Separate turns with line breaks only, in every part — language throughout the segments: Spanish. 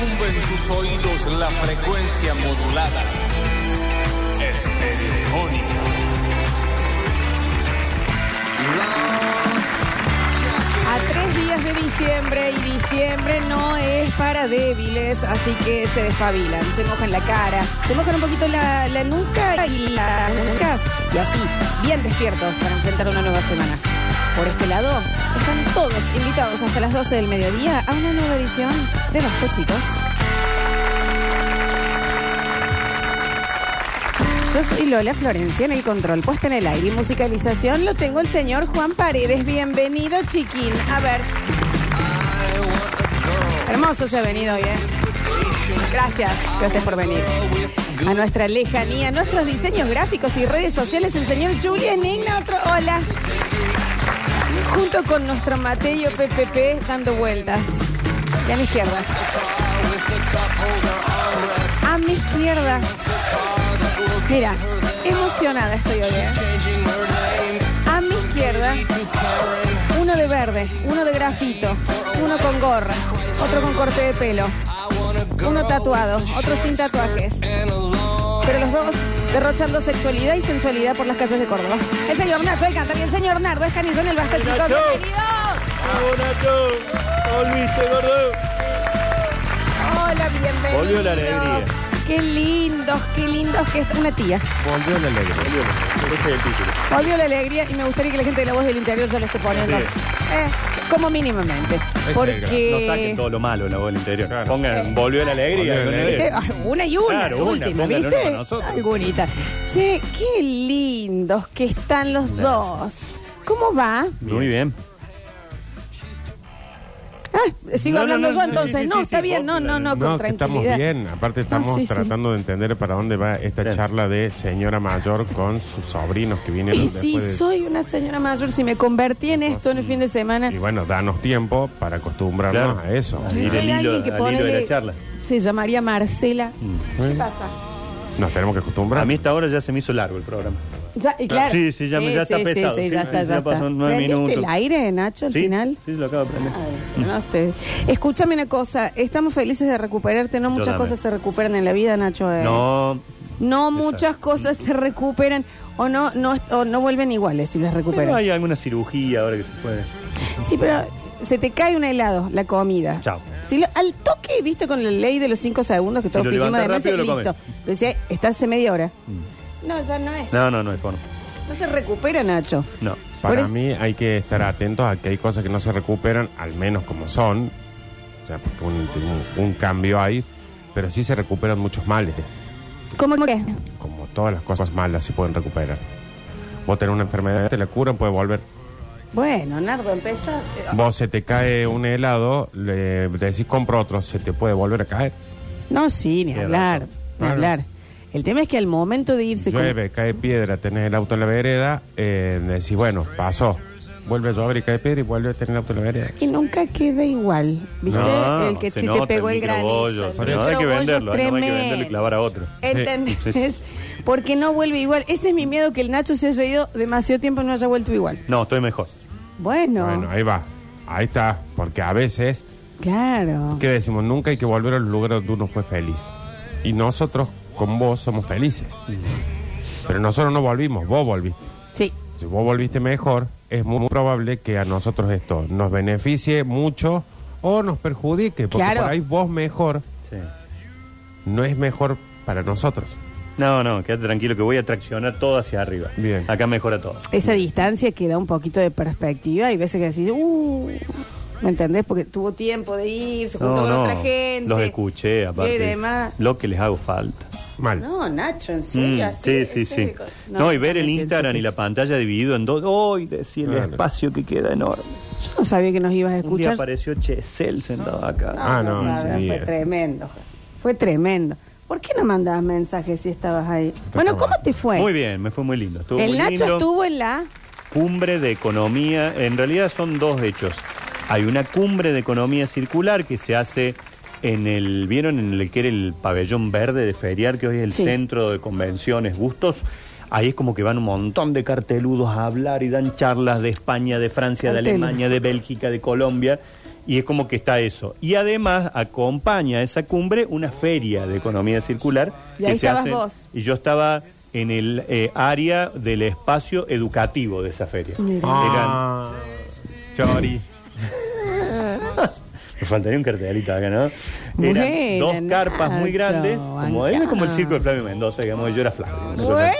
sus oídos la frecuencia modulada. Estereofónica.
A tres días de diciembre y diciembre no es para débiles, así que se despabilan, se mojan la cara, se mojan un poquito la, la nuca y las nucas, y así, bien despiertos para enfrentar una nueva semana. Por este lado, están todos invitados hasta las 12 del mediodía a una nueva edición de Basta, chicos. Yo soy Lola Florencia en el control, puesta en el aire y musicalización lo tengo el señor Juan Paredes. Bienvenido, chiquín. A ver. Hermoso se ha venido hoy, ¿eh? Gracias, gracias por venir. A nuestra lejanía, nuestros diseños gráficos y redes sociales, el señor Julian Igna, otro hola. Junto con nuestro Mateo PPP dando vueltas. Y a mi izquierda. A mi izquierda. Mira, emocionada estoy hoy. ¿eh? A mi izquierda, uno de verde, uno de grafito, uno con gorra, otro con corte de pelo, uno tatuado, otro sin tatuajes. Pero los dos derrochando sexualidad y sensualidad por las calles de Córdoba. El señor Nacho Alcántara y el señor Nardo Escanillo en el Basta, chicos.
Nacho.
¡Bienvenidos!
Nacho! ¡Volviste, gordo!
Hola, bienvenidos.
Volvió la alegría.
Qué lindos, qué lindos que es una tía.
Volvió la alegría. Volvió la Este es el título.
Volvió la alegría y me gustaría que la gente de la voz del interior ya lo esté poniendo.
Sí.
Eh, como mínimamente.
es
Porque.
No saquen todo lo malo en la voz del interior.
Claro.
Pongan, volvió la alegría.
Volvió la
¿Viste? Ah, Una y una,
Claro, una,
última,
póngale una
¿viste?
para nosotros.
Algunita. Che, qué lindos que están los dos. ¿Cómo va?
Muy bien.
Ah, sigo
No,
hablando
no,
yo
no, sí,
entonces.
sí,
no,
sí,
está
sí,
bien, no,
vos,
no, no, con
No, que estamos
tranquilidad.
bien. Aparte estamos
No, sí, sí.
tratando de entender para dónde va esta
Bien.
charla de señora mayor con sus sobrinos que vienen
Y
después
si
de-
soy una señora mayor, si me convertí en esto en el fin de semana.
Y bueno, danos tiempo para acostumbrarnos
Claro.
a eso.
Así.
Si
Ir
soy
al hilo-
alguien que
al hilo de la
ponele-
charla. Mm.
Se llamaría Marcela. ¿Qué
¿Eh?
pasa?
Nos tenemos que acostumbrar.
A mí esta hora ya se me hizo largo el programa.
Ya, y claro.
Sí, sí, ya me- ya está pesado,
Sí,
sí,
ya
sí,
está,
sí,
ya
ya
está.
pasó nueve
¿Prendiste
minutos.
el aire, Nacho, al
¿Sí? Mm.
final? Ah,
Sí, lo acabo de aprender.
Ay, no estés- Escúchame una cosa, estamos felices de recuperarte, no muchas
también.
cosas se recuperan en la vida, Nacho. eh.
No.
No
Exacto.
muchas cosas se recuperan o no, no, o no vuelven iguales si las
Pero
recuperan.
hay alguna cirugía ahora que se puede.
Sí, pero se te cae un helado, la comida.
Chao.
Si lo- al toque, viste, con la ley de los cinco segundos que todos
lo
dijimos de
levantás
meses,
rápido, lo
listo.
comes.
Pero si está hace media hora. No, ya no es. No,
No, Mm. no, no es bueno.
se recupera, Nacho.
No.
por
Para
eso-
mí hay que estar atentos a que hay cosas que no se recuperan, al menos como son. O sea, porque un, un- un cambio hay, pero sí se recuperan muchos males.
¿Cómo que?
Como todas las cosas malas se pueden recuperar. Vos tenés una enfermedad, te la curan, puedes volver.
Bueno, Nardo, empieza. eh,
Vos se te cae un helado, le decís compro otro, se te puede volver a caer.
No, sí, ni
Tiene
hablar,
razón.
ni hablar. El tema es que al momento de irse con-
Llueve, cae piedra, tenés el auto en la vereda, eh, decís, bueno, pasó. Vuelve a llover y cae piedra y vuelve a tener el auto en la vereda.
Y nunca queda igual, ¿viste?
No,
el que
se
si te
nota
pegó el granizo.
microbollo.
el
Por eso. No hay que
microbollo
venderlo,
es
no hay que
tremendo.
venderlo y clavar a otro.
¿Entendés?
Sí, sí, sí.
Porque no vuelve igual. Ese es mi miedo, que el Nacho se haya ido demasiado tiempo y no haya vuelto igual.
No, estoy mejor.
Bueno,
Bueno,
eh.
ahí va. Ahí está. Porque a veces,
claro.
¿qué decimos? Nunca hay que volver al lugar donde uno fue feliz. Y nosotros con vos somos felices. Pero nosotros no volvimos, vos volviste.
Sí,
Si vos volviste mejor, es muy, muy probable que a nosotros esto nos beneficie mucho o nos perjudique. Porque
Claro.
por ahí vos mejor
Sí.
no es mejor para nosotros.
No, no, quédate tranquilo que voy a traccionar todo hacia arriba.
Bien.
Acá mejora todo.
esa distancia que da un poquito de perspectiva. Hay veces que decís, uh, ¿me entendés? Porque tuvo tiempo de ir, se juntó
No,
con
no,
otra gente.
los escuché aparte.
Y demás.
Lo que les hago falta.
Mal.
No, Nacho, en
Mm,
serio. así,
sí, sí,
en serio.
sí. No, y ver el
pienso
Instagram
que
y la
sí.
pantalla dividido en dos. ¡Uy! decía el
Claro.
espacio que queda enorme.
Yo no sabía que nos ibas a
Un día
escuchar.
apareció Chesel sentado acá.
No,
Ah,
no,
no,
sabrás,
sí,
fue
eh.
tremendo. Fue tremendo. ¿por qué no mandabas mensajes si estabas ahí? Bueno, ¿cómo te fue?
Muy bien, me fue muy lindo. Estuvo
El
muy
Nacho
lindo.
estuvo en la.
Cumbre de economía. En realidad son dos hechos. Hay una cumbre de economía circular que se hace en el. ¿Vieron en el que era el pabellón verde de Feriar, que hoy es el
Sí.
centro de convenciones, gustos? Ahí es como que van un montón de carteludos a hablar y dan charlas de España, de Francia,
Carteludos.
de Alemania, de Bélgica, de Colombia. Y es como que está eso. Y además acompaña a esa cumbre una feria de economía circular.
Y ahí
que se
estabas
hace-
vos.
Y yo estaba en el eh, área del espacio educativo de esa feria.
Ah, Chori.
Me faltaría un cartelito acá, ¿no?
Bueno,
Eran dos carpas
Nacho,
muy grandes, como, era como el circo de Flavio Mendoza, digamos, yo era Flavio. una cosa así.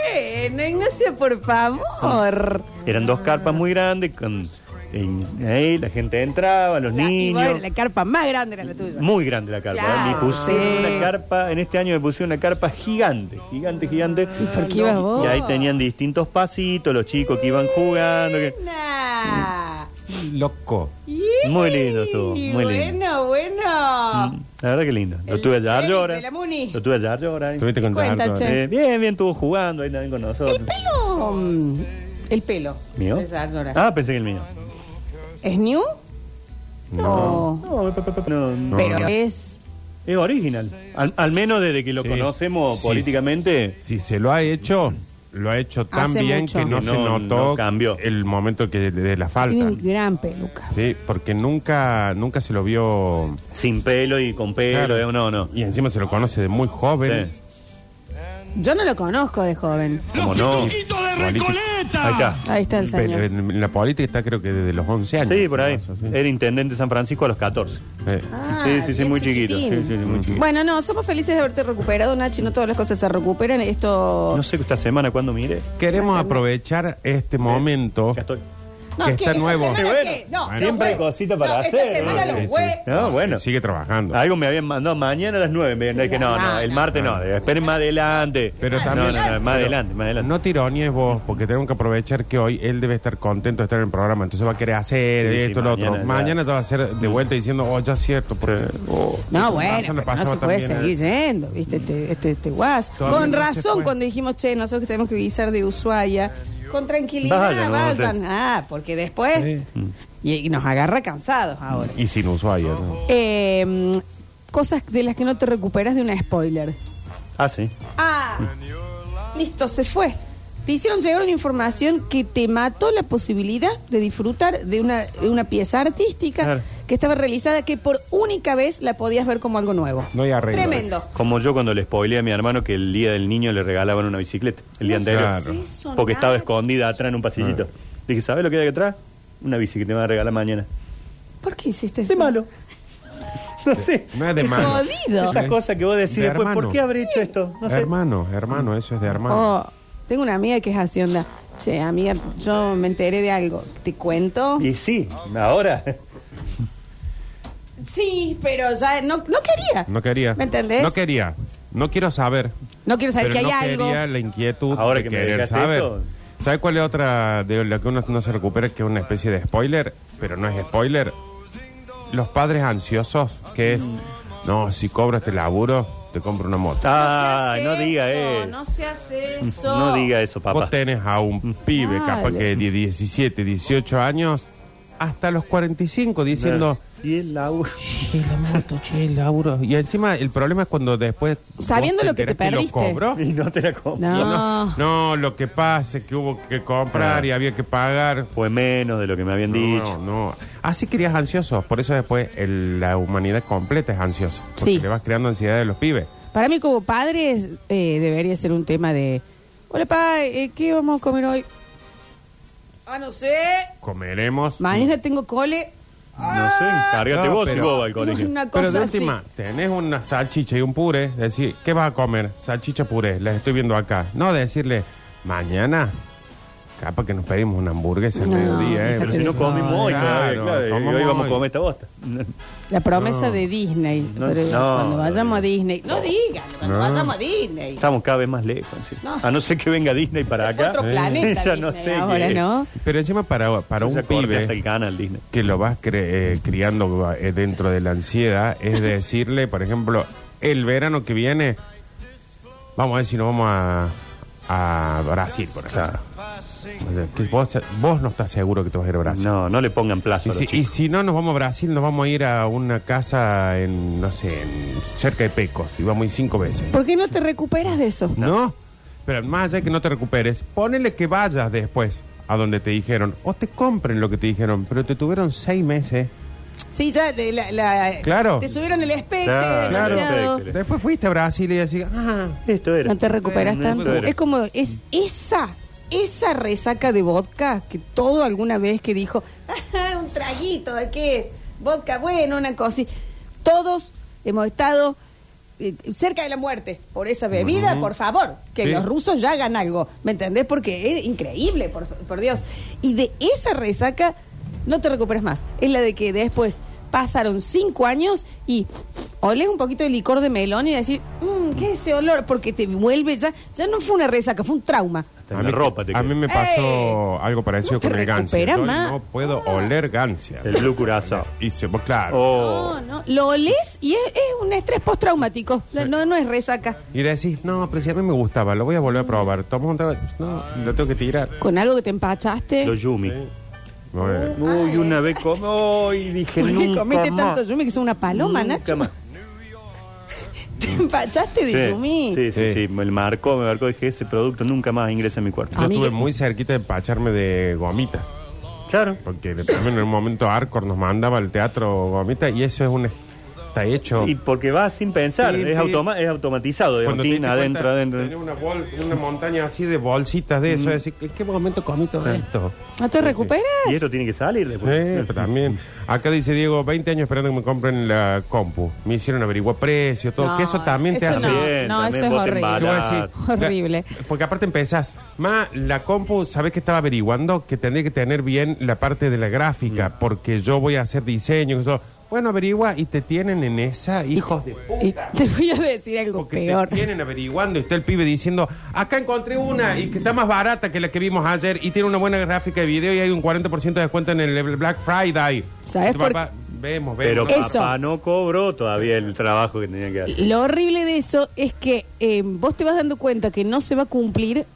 Bueno, Ignacio, por favor.
Eran dos carpas muy grandes, con en- ahí la gente entraba, los
La- y vos
niños.
eras la carpa más grande era la tuya.
Muy grande la carpa.
Claro,
¿eh? Me pusieron
sí.
una carpa, en este año me pusieron una carpa gigante, gigante, gigante. ¿Y
por qué ibas vos?
Y ahí tenían distintos pasitos, los chicos que iban jugando. que-
Nah.
Loco.
Muy lindo estuvo,
Y
muy
bueno,
lindo.
bueno.
Mm, La verdad que lindo. Lo
El
tuve allá
sheriff
llorar.
de la Muni.
Lo tuve allá llorar.
Estuviste con
Cuenta,
Dardo,
che.
¿eh?
Eh, bien, bien, estuvo jugando ahí también con
El
nosotros.
pelo. mm, El pelo.
¿Mío?
de Yardora.
Ah, pensé que el mío.
¿Es new? No.
No, pa, pa, pa, no, no.
Pero es.
Es original. Al, al menos desde que lo
Sí.
conocemos
Sí,
políticamente.
Si se lo ha hecho, lo ha hecho tan
Hace
bien
mucho.
que no,
Que
se
no-
notó
no cambió.
el momento que de, de la
Tiene
falta.
un gran peluca.
Sí, porque nunca, nunca se lo vio.
Sin pelo y con pelo.
Claro.
eh, no, no.
Y encima se lo conoce de muy joven.
Sí.
Yo no lo conozco de joven.
Como no. Ahí está.
Ahí está el
Pero
eh.
señor.
en- en la política está creo que desde los 11 años.
Sí, por ahí. Eh.
Eso, sí.
Era intendente de San Francisco a los 14.
Eh,
Ah,
sí, sí, sí,
bien
muy chiquito. Sí,
chiquitín.
sí, sí, muy chiquito.
Bueno, no, somos felices de haberte recuperado, Nachi. No todas las cosas se recuperan. Esto.
No sé esta semana cuando mire.
Queremos aprovechar este momento
Ya estoy.
No,
que
¿qué?
está
¿Esta
nuevo.
semana
Y bueno,
qué? No, los
siempre hay
huevos.
cositas para
No, Esta
hacer.
semana
Sí,
los
sí.
huevos.
No, Ah, bueno.
Sigue trabajando.
Algo me habían mandado mañana a las 9. Me dije, no, no, el martes no. Esperen más adelante.
Ah. Pero
No,
también-
Ah, no, no, más
Pero-
adelante, más adelante.
No tirones vos, porque tenemos que aprovechar que hoy él debe estar contento de estar en el programa, entonces va a querer hacer
Sí, sí,
esto, lo
mañana,
otro.
ya.
Mañana te va a hacer de vuelta diciendo, oh, ya es cierto, porque... oh,
No,
pasando,
bueno, pero no
pasaba
se puede
también,
seguir
eh.
yendo, ¿viste? Este, este, este guas.
Todavía
Con
no se
razón,
puede.
cuando dijimos, che, nosotros que tenemos que visar de Ushuaia, con tranquilidad,
Vayan,
vayan.
vamos a hacer.
Ah, porque después.
Mm.
Sí.
Y, y nos agarra cansados ahora.
Y sin Ushuaia, ¿no?
Eh, mm, cosas de las que no te recuperas de un spoiler.
Ah, sí.
Ah, listo, se fue. Te hicieron llegar una información que te mató la posibilidad de disfrutar de una, una pieza artística
Claro.
que estaba realizada que por única vez la podías ver como algo nuevo.
No hay arreglo.
Tremendo.
Como yo cuando le spoileé a mi hermano que el día del niño le regalaban una bicicleta, el día anterior.
Claro.
eso,
Porque
nada.
estaba escondida atrás en un pasillito.
Ah.
Dije, ¿sabes lo que hay acá atrás? Una bicicleta me van a regalar mañana.
¿Por qué hiciste eso?
De malo. No sé.
No es de
Qué
malo.
jodido.
Eso
Esas
es
cosas que vos decís
de
después,
hermano.
¿por qué habré hecho esto? No sé.
Hermano, hermano, eso es de hermano.
Oh, tengo una amiga que es así onda. Che, amiga, yo me enteré de algo. ¿Te cuento?
Y sí, ahora.
Sí, pero ya no, no quería.
No quería.
¿Me entendés?
No quería. No quiero saber.
No quiero saber
Pero
que
no
hay algo.
quería la inquietud
Ahora
de
que me
querer
dejaste
saber.
esto.
¿Sabes cuál es otra de la que uno no se recupera? Que es una especie de spoiler, pero no es spoiler. Los padres ansiosos, que es,
Mm.
no, si cobro este laburo, te compro una moto.
Ah,
se hace
no diga
eso,
eso.
No se hace eso.
No diga eso,
Vos
papá.
tenés a un pibe, capaz
Dale.
que de 17, 18 años, hasta los 45, diciendo,
Y el laburo.
che, la moto, che, el laburo. Y encima el problema es cuando después... vos
Sabiendo lo que te
enterás
perdiste.
Lo cobró,
Y no te la compro.
No.
No, no, lo que pasa es que hubo que comprar y había que pagar.
Fue menos de lo que me habían
No,
dicho.
no. Así querías ansiosos. Por eso después el- la humanidad completa es ansiosa. Porque
Sí.
le vas creando ansiedad de los pibes.
Para mí, como padres, eh, debería ser un tema de. Hola, pa, eh, ¿qué vamos a comer hoy? Ah, no sé.
Comeremos.
Mañana tengo cole.
No, sé, encárgate
No,
vos
pero-
y vos al colegio.
Una
Pero
cosa
de última, tenés una salchicha y un puré. Decir, ¿qué vas a comer? Salchicha puré. Las estoy viendo acá. No decirle, mañana. Capaz que nos pedimos una hamburguesa al
No,
mediodía. ¿eh?
Pero
fíjate
si no
que-
comimos hoy todavía,
Claro,
claro, y
comamos
hoy vamos
hoy.
a comer esta bosta.
La promesa
No.
de Disney.
No,
Pero
no.
cuando vayamos a Disney. No digan, cuando
No.
vayamos a Disney.
Estamos cada vez más lejos. sí.
No.
A no ser que venga Disney para
Se fue
acá.
otro planeta
Ya no
Disney
sé
ahora,
qué-
¿no?
Pero encima para, para un
Ya corté
pibe...
hasta el canal Disney.
que lo vas cre- eh, criando eh, dentro de la ansiedad es decirle, por ejemplo, el verano que viene, vamos a ver si nos vamos a, a Brasil, por ejemplo. O sea, que vos, vos no estás seguro que te vas a ir a Brasil.
No, no le pongan plazo
Y
a los
si, y
chicos.
si no nos vamos a Brasil, nos vamos a ir a una casa en, no sé, en- cerca de Pecos. Y vamos a ir cinco veces.
¿Por qué no te recuperas de eso?
No, pero más allá de que no te recuperes, ponele que vayas después a donde te dijeron, o te compren lo que te dijeron, pero te tuvieron seis meses
Sí, ya te, la- la-
Claro.
te subieron el espectro
Claro,
claro.
demasiado.
Espectre.
Después fuiste a Brasil y decís, ah,
Esto era.
No te recuperas
No,
tanto.
esto era.
Es como, es esa, esa resaca de vodka que todo alguna vez que dijo, "Ah, un traguito, ¿de qué? Vodka, bueno, una cosa así. Todos hemos estado eh, cerca de la muerte por esa bebida, por favor, que
Sí.
los rusos ya hagan algo, ¿me entendés? Porque es increíble, por, por Dios. Y de esa resaca no te recuperas más. Es la de que después pasaron cinco años y olés un poquito de licor de melón y decís, mmm, ¿qué es ese olor? Porque te vuelve ya, ya no fue una resaca, fue un trauma.
Hasta en la ropa te
a
queda.
mí me pasó
¡Ey!
algo parecido
No te
con el gancia.
recupera
Yo
más. Ah.
no puedo oler gancia.
El blue curazao.
Y se, pues, claro.
Oh.
No, no, lo olés y es, es un estrés postraumático. La- No, no es resaca.
Y decís, no, pero si a mí me gustaba, lo voy a volver a probar. Tomo un trago, no, lo tengo que tirar.
Con algo que te empachaste.
Los yumi.
Bueno,
Uy, una vez com- Uy, dije
¿Por qué
nunca
comiste
más.
tanto yumi que es una paloma,
Nunca
Nacho?
más.
Te empachaste de yumi.
Sí, sí, sí,
Sí.
sí, me marcó, me marcó, dije, ese producto nunca más ingresa a mi cuerpo.
Yo
A mí
estuve
que-
muy cerquita de pacharme de gomitas.
Claro.
Porque de- también en un momento Arcor nos mandaba al teatro gomitas y eso es un. Está hecho.
Y porque va sin pensar,
Sí,
es,
sí.
automa- es automatizado, de
te diste
adentro,
cuenta,
adentro. Mm.
tenés Una, bol- una montaña así de bolsitas de eso. decís, ¿en qué momento comí todo esto?
¿No te recuperas?
Y esto tiene que salir
Eh,
después.
pero también. Acá dice Diego, 20 años esperando que me compren la compu. Me hicieron averiguar precios, todo.
No,
que eso también te
eso
hace.
no.
Bien, también
eso es
vos te
horrible.
Que vos
embalás.
decís,
Horrible.
la- porque aparte empezás, más la compu, ¿sabés que estaba averiguando? Que tendría que tener bien la parte de la gráfica, porque yo voy a hacer diseño. y eso. Bueno, averigua y te tienen en esa, hijos de
Y
puta.
te voy a decir algo
Porque
peor.
te vienen averiguando y está el pibe diciendo, acá encontré una y que está más barata que la que vimos ayer y tiene una buena gráfica de video y hay un 40% de descuento en el Black Friday.
¿Sabes
Y tu
por
papá, Vemos,
Pero
vemos.
Eso.
papá no cobró todavía el trabajo que tenía que hacer.
Lo horrible de eso es que eh, vos te vas dando cuenta que no se va a cumplir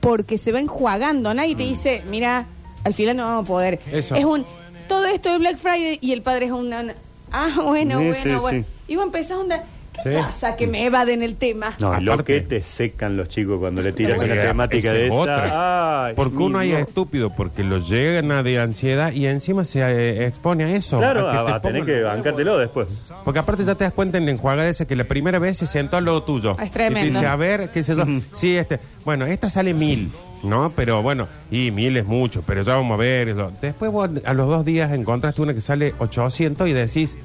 porque se va enjuagando. Nadie te
Mm.
dice, mira, al final no vamos a poder.
Eso.
Es un, todo esto de Black Friday y el padre es un, un- ah, bueno,
Sí,
bueno,
sí,
bueno. Y vos empezás a onda, ¿qué
Sí.
pasa que me evaden el tema?
No, lo
Aparte-
que te secan los chicos cuando le tiran
Porque
una temática
esa
de
es
esa.
otra.
Ay,
porque
mi
uno ahí es
Dios.
estúpido, porque lo llena de ansiedad y encima se eh, expone a eso.
Claro,
que
a,
te
a tener
pongan-
que bancártelo después.
Porque aparte ya te das cuenta en la enjuagada esa que la primera vez se sentó al lado tuyo.
Es tremendo.
Y te dice, a ver, qué sé yo. Sí, este. Bueno, esta sale mil, ¿no? Pero bueno, y mil es mucho, pero ya vamos a ver. eso. Después vos a los dos días encontraste una que sale 800 y decís,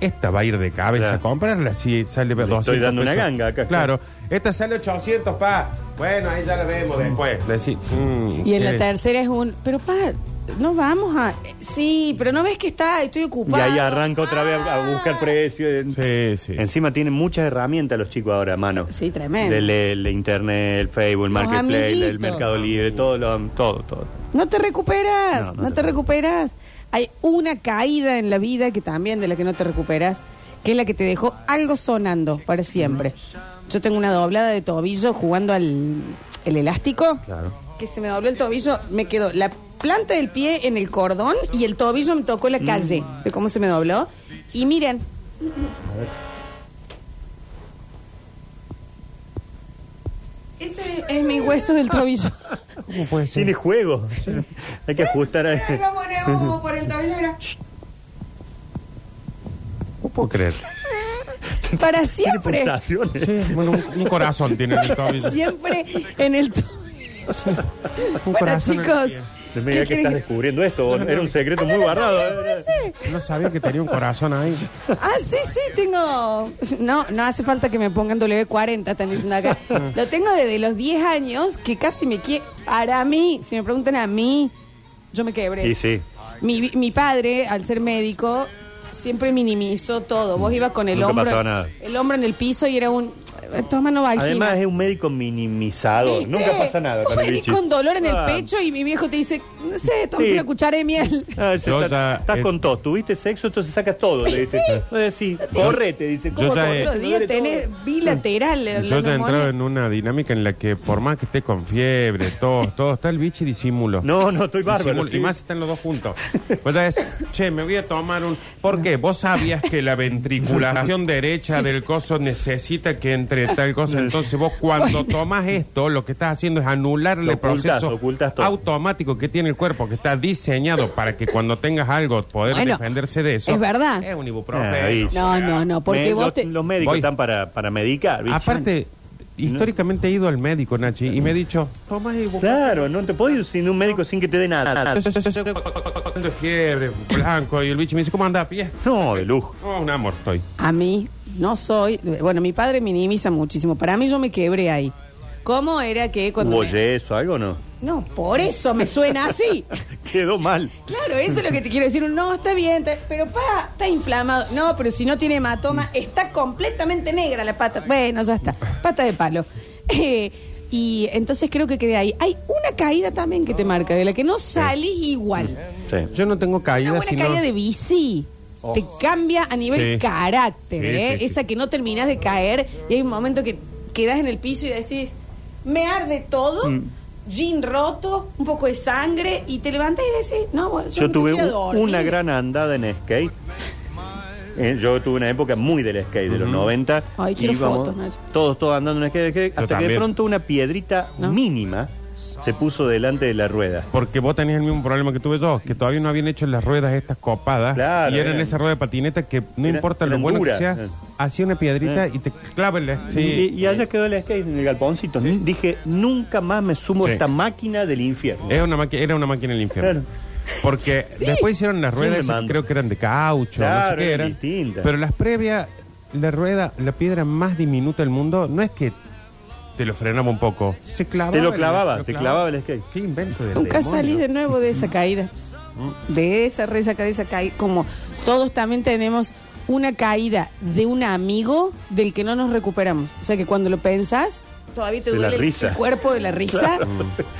esta va a ir de cabeza
Claro.
a comprarla si sale
estoy
200
dando una
pesos.
ganga acá.
Claro. Esta sale 800, pa. Bueno, ahí ya la vemos después. Decís, mm,
Y en la
¿qué?
tercera es un, pero pa, no vamos a... Sí, pero no ves que está, estoy
Y
ocupado. Ah.
ahí arranca otra vez a a buscar precios.
Sí, sí.
Encima tienen muchas herramientas los chicos ahora a mano.
Sí, tremendo.
Del, el internet, el Facebook, el
Los
marketplace, el
amiguitos.
mercado libre, todo, lo- todo, todo.
No te recuperas,
No,
no,
no te
te, recuperas. Hay una caída en la vida que también de la que no te recuperas, que es la que te dejó algo sonando para siempre. Yo tengo una doblada de tobillo jugando al el elástico,
Claro.
que se me dobló el tobillo, me quedó la planta del pie en el cordón y el tobillo me tocó la calle, de cómo se me dobló. Y miren, ese es mi hueso del tobillo.
¿Cómo puede ser?
Tiene juego. Hay que ajustar a...
Acá ponemos por el tobillo, mira.
No puedo creer.
Para siempre.
pulsaciones.
Sí, bueno, un, un corazón tiene en el tobillo.
Siempre en el tobillo.
Un
Bueno,
corazón en el
chicos.
pie.
Mira
¿qué
que
quieren
estás
que-
descubriendo esto. vos. Era un secreto muy guardado. eh.
No sabía que tenía un corazón ahí.
Ah, sí, sí, tengo. No, no hace falta que me pongan W40, están diciendo acá. Lo tengo desde los 10 años que casi me quie. Para mí, si me preguntan a mí, yo me quebré.
Y sí.
Mi, mi padre, al ser médico, siempre minimizó todo. Vos ibas con el
Nunca
hombro.
pasaba nada.
El hombro en el piso y era un. Toma Novalgina.
Además es un médico minimizado.
¿Viste?
Nunca pasa nada
Vos
con el
venís
bichi.
con dolor en el
Ah.
pecho y mi viejo te dice, no sé, toma
Sí.
una cuchara de miel.
Ah, ese
Yo
está-
ya,
estás
eh,
con tos, tuviste sexo, entonces sacas todo, le dice. No es así, corre, te dice.
Yo
¿Cómo
ya
corre?
he-
Otro
Me
día
duele
tenés
todo.
bilateral. la
Yo ya he entrado
neumonía.
en una dinámica en la que por más que esté con fiebre, todo, todo, está el bichi disimulo.
No, no, estoy
Disimulo,
bárbaro. sí.
Y más si están los dos juntos. Vos sabés, che, me voy a tomar un... ¿Por qué? Vos sabías que la ventriculación derecha del coso necesita que entre postre, tal cosa. Entonces vos cuando tomas esto, lo que estás haciendo es anular
Lo
el
ocultas,
proceso
ocultas todo.
automático que tiene el cuerpo, que está diseñado para que cuando tengas algo poder
Bueno,
defenderse de eso.
es verdad. Ah,
Es un ibuprofeno.
Ahí.
o sea.
No, no, no, porque
Me-
vos
los,
te...
los médicos
Voy.
están para, para medicar, ¿viste?
Aparte, históricamente he ido al médico, Nachi, y me ha dicho, tomás ibuprofeno.
Claro, no te puedes ir sin un médico sin que te dé nada.
de fiebre, blanco, y el bicho me dice, ¿cómo anda, pie?
No, de lujo.
Oh, un amor, estoy.
A mí no soy... Bueno, mi padre minimiza muchísimo. Para mí yo me quebré ahí. ¿Cómo era que cuando...
¿Hubo
me-
yeso, algo o no?
No, por eso me suena así.
Quedó mal.
Claro, eso es lo que te quiero decir. No, está bien, está- pero pa, está inflamado. No, pero si no tiene hematoma, está completamente negra la pata. Bueno, ya está. Pata de palo. Eh, y entonces creo que quedé ahí. Hay una caída también que te marca, de la que no salís igual.
Sí.
Yo no tengo
Una
caída,
buena
sino...
caída de bici. Te cambia a nivel
Sí.
carácter,
Sí,
¿eh?
sí, sí.
Esa que no terminas de caer y hay un momento que quedas en el piso y decís, me arde todo,
Mm.
jean roto, un poco de sangre y te levantas y decís, no, bueno, yo,
Yo
me
tuve
quiero
un-
dormir".
una gran andada en skate. Eh, Yo tuve una época muy del skate, de los 90.
Ay, quiero fotos, Nacho.
todos, todos andando en skate, skate, hasta que de
también.
pronto una piedrita
¿No?
mínima se puso delante de la rueda.
Porque vos tenías el mismo problema que tuve yo, que todavía no habían hecho las ruedas estas copadas.
Claro,
y eran
eran-
esa rueda de patineta que no
Era-
importa lo
eran
bueno
duras,
que sea,
eran.
hacía una piedrita
Eh.
y te clava el... Sí,
y, y allá quedó el skate en el galponcito. Dije, nunca más me sumo a
Sí.
esta máquina del infierno.
Era una, maqui- era una máquina del infierno.
Claro.
Porque después hicieron las
Sí,
ruedas,
me
esas que
mando.
creo que eran de caucho, no sé
Claro,
qué
eran
eran.
distintas.
Pero las previas, la rueda, la piedra más diminuta del mundo, no es que te lo frenaba un poco, se clavaba.
Te lo
el-
clavaba, te clavaba el skate.
Qué invento de
Nunca salís de nuevo de esa caída. De esa resaca, de esa caída. Como todos también tenemos una caída de un amigo del que no nos recuperamos. O sea que cuando lo pensás, todavía te
De la
duele el-
risa. Mm.
el cuerpo de la risa.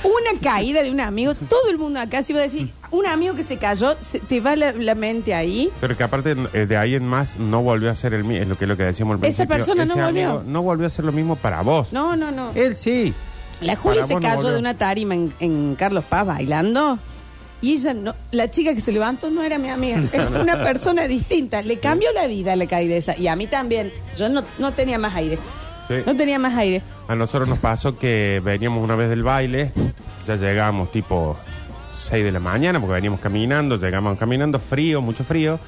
Una caída de un amigo. Todo el mundo acá, si va a decir, un amigo que se cayó, se- te va la, la mente ahí.
Pero que aparte eh, de ahí en más no volvió a ser el mismo, es lo que, lo que decíamos al
Esa
principio.
persona no
Ese
volvió.
amigo No volvió a ser lo mismo para vos.
No, no, no.
Él sí.
La Julia
Para
se
vos no
cayó
volvió.
de una tarima en, en Carlos Paz bailando. Y ella no, la chica que se levantó no era mi amiga, era una persona distinta. Le cambió la vida la caída esa. Y a mí también. Yo no, no tenía más aire.
Sí.
No tenía más aire.
A nosotros nos pasó que veníamos una vez del baile, ya llegamos tipo 6 de la mañana, porque veníamos caminando, llegamos caminando, frío, mucho frío,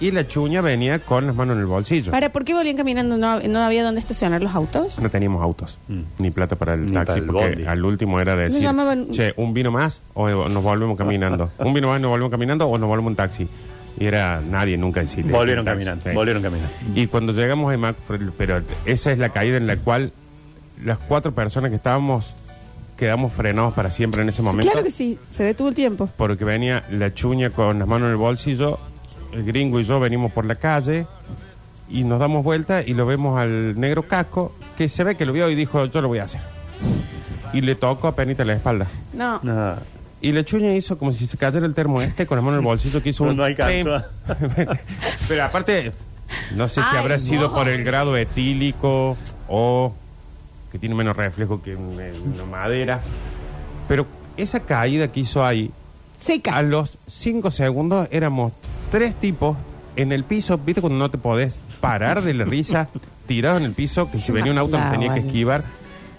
y la chuña venía con las manos en el bolsillo.
Para, ¿por qué volvían caminando? ¿No, no había dónde estacionar los autos?
No teníamos autos,
Mm.
ni plata para el
Ni
taxi,
para el
porque
bondi.
al último era decir,
llamaban-
che, un vino más o eh, nos volvemos caminando. un vino más nos volvemos caminando o nos volvemos un taxi. Y era nadie nunca decirle.
Volvieron
un taxi,
caminando,
sí.
volvieron caminando.
Y cuando llegamos a Imac, pero esa es la caída en la cual las cuatro personas que estábamos quedamos frenados para siempre en ese
Sí,
momento.
claro que sí, se detuvo el tiempo.
Porque venía la chuña con las manos en el bolsillo, el gringo y yo venimos por la calle y nos damos vuelta y lo vemos al negro casco que se ve que lo vio y dijo yo lo voy a hacer. Y le tocó a Penita la espalda.
No.
No,
Y la chuña hizo como si se cayera el termo este con las manos en el bolsillo que hizo
No,
un...
no alcanzó.
Pim. Pero aparte, no sé si
Ay,
habrá sido
no.
por el grado etílico o que tiene menos reflejo que un- eh, una madera. Pero esa caída que hizo ahí,
Seca.
a los 5 segundos éramos tres tipos en el piso, viste cuando no te podés parar de la risa, tirados en el piso, que si venía un auto nos tenía que
Claro.
esquivar.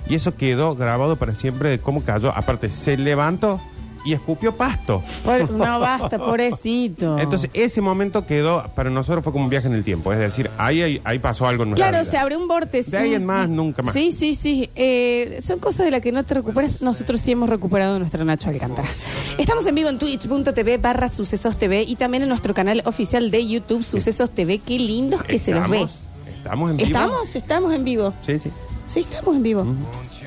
Y eso quedó grabado para siempre de cómo cayó. Aparte, se levantó y escupió pasto.
Por- no basta, pobrecito.
Entonces, ese momento quedó, para nosotros fue como un viaje en el tiempo. Es decir, ahí, ahí, ahí pasó algo en nuestra
Claro,
vida.
se abre un vórtice.
De ahí en
Un-
más, nunca más.
Sí, sí, sí. Eh, son cosas de las que no te recuperas. Nosotros sí hemos recuperado nuestro Nacho Alcántara. Estamos en vivo en twitch.tv barra sucesos TV y también en nuestro canal oficial de YouTube, Sucesos TV. Qué lindos que se los ve.
Estamos- Estamos en vivo.
¿Estamos? Estamos en vivo.
Sí, sí.
Sí, estamos en vivo.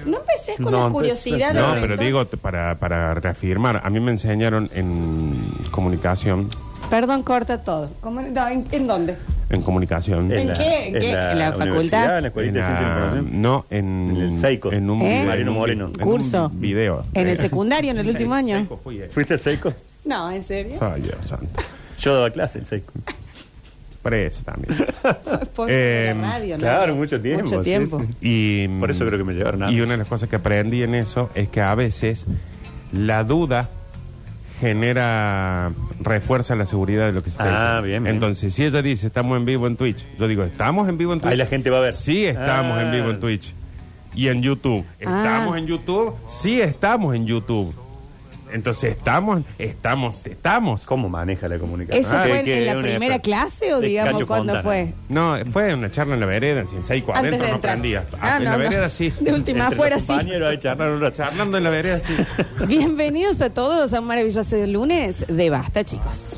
No empecés con
No,
la
empecé-
curiosidad de
No,
Reto.
pero digo, t- para, para reafirmar, a mí me enseñaron en comunicación,
Perdón, corta todo. ¿Cómo- no, ¿en, en dónde?
en comunicación,
¿En qué? ¿En qué? ¿En la facultad?
universidad, En la
En
escuelita de
la-
ciencia de la información.
no, en,
En el Seico.
En un
¿Eh?
en
Mariano
un-
Moreno.
en un
Curso.
video.
¿En el
Eh,
secundario, en el último año?
Seico fui, eh.
¿Fuiste al Seiko?
No, ¿en serio?
Ay, Dios santo.
Yo daba clase el Seiko.
Preso también.
Por la
Em,
radio, ¿no?
claro, mucho tiempo,
Mucho
sí,
tiempo.
sí.
Y,
Por eso creo que me llevaron a-
Y una de las cosas que aprendí en eso es que a veces la duda genera, refuerza la seguridad de lo que se está
Ah,
diciendo.
bien, bien.
Entonces, si ella dice, estamos en vivo en Twitch, yo digo, ¿estamos en vivo en Twitch?
Ahí la gente va a ver.
Sí, estamos
Ah.
en vivo en Twitch. Y en YouTube. ¿Estamos
Ah.
en YouTube? Sí, estamos en YouTube. Entonces, ¿estamos? Estamos, estamos.
¿Cómo maneja la comunicación?
¿Eso
Ah,
fue
que-
en,
que
en
es
la
una
primera
exper-
clase o
de
digamos
Cacho
cuando
Fontana.
fue?
No, fue una charla en la vereda, si en 6
Antes de
no
entrar.
prendía.
Ah,
en
no,
la
no.
vereda sí.
De última
Entre
afuera
los
sí.
compañeros ahí charlaron un rato.
Charlando en la vereda sí.
Bienvenidos a todos a un maravilloso lunes de Basta, chicos.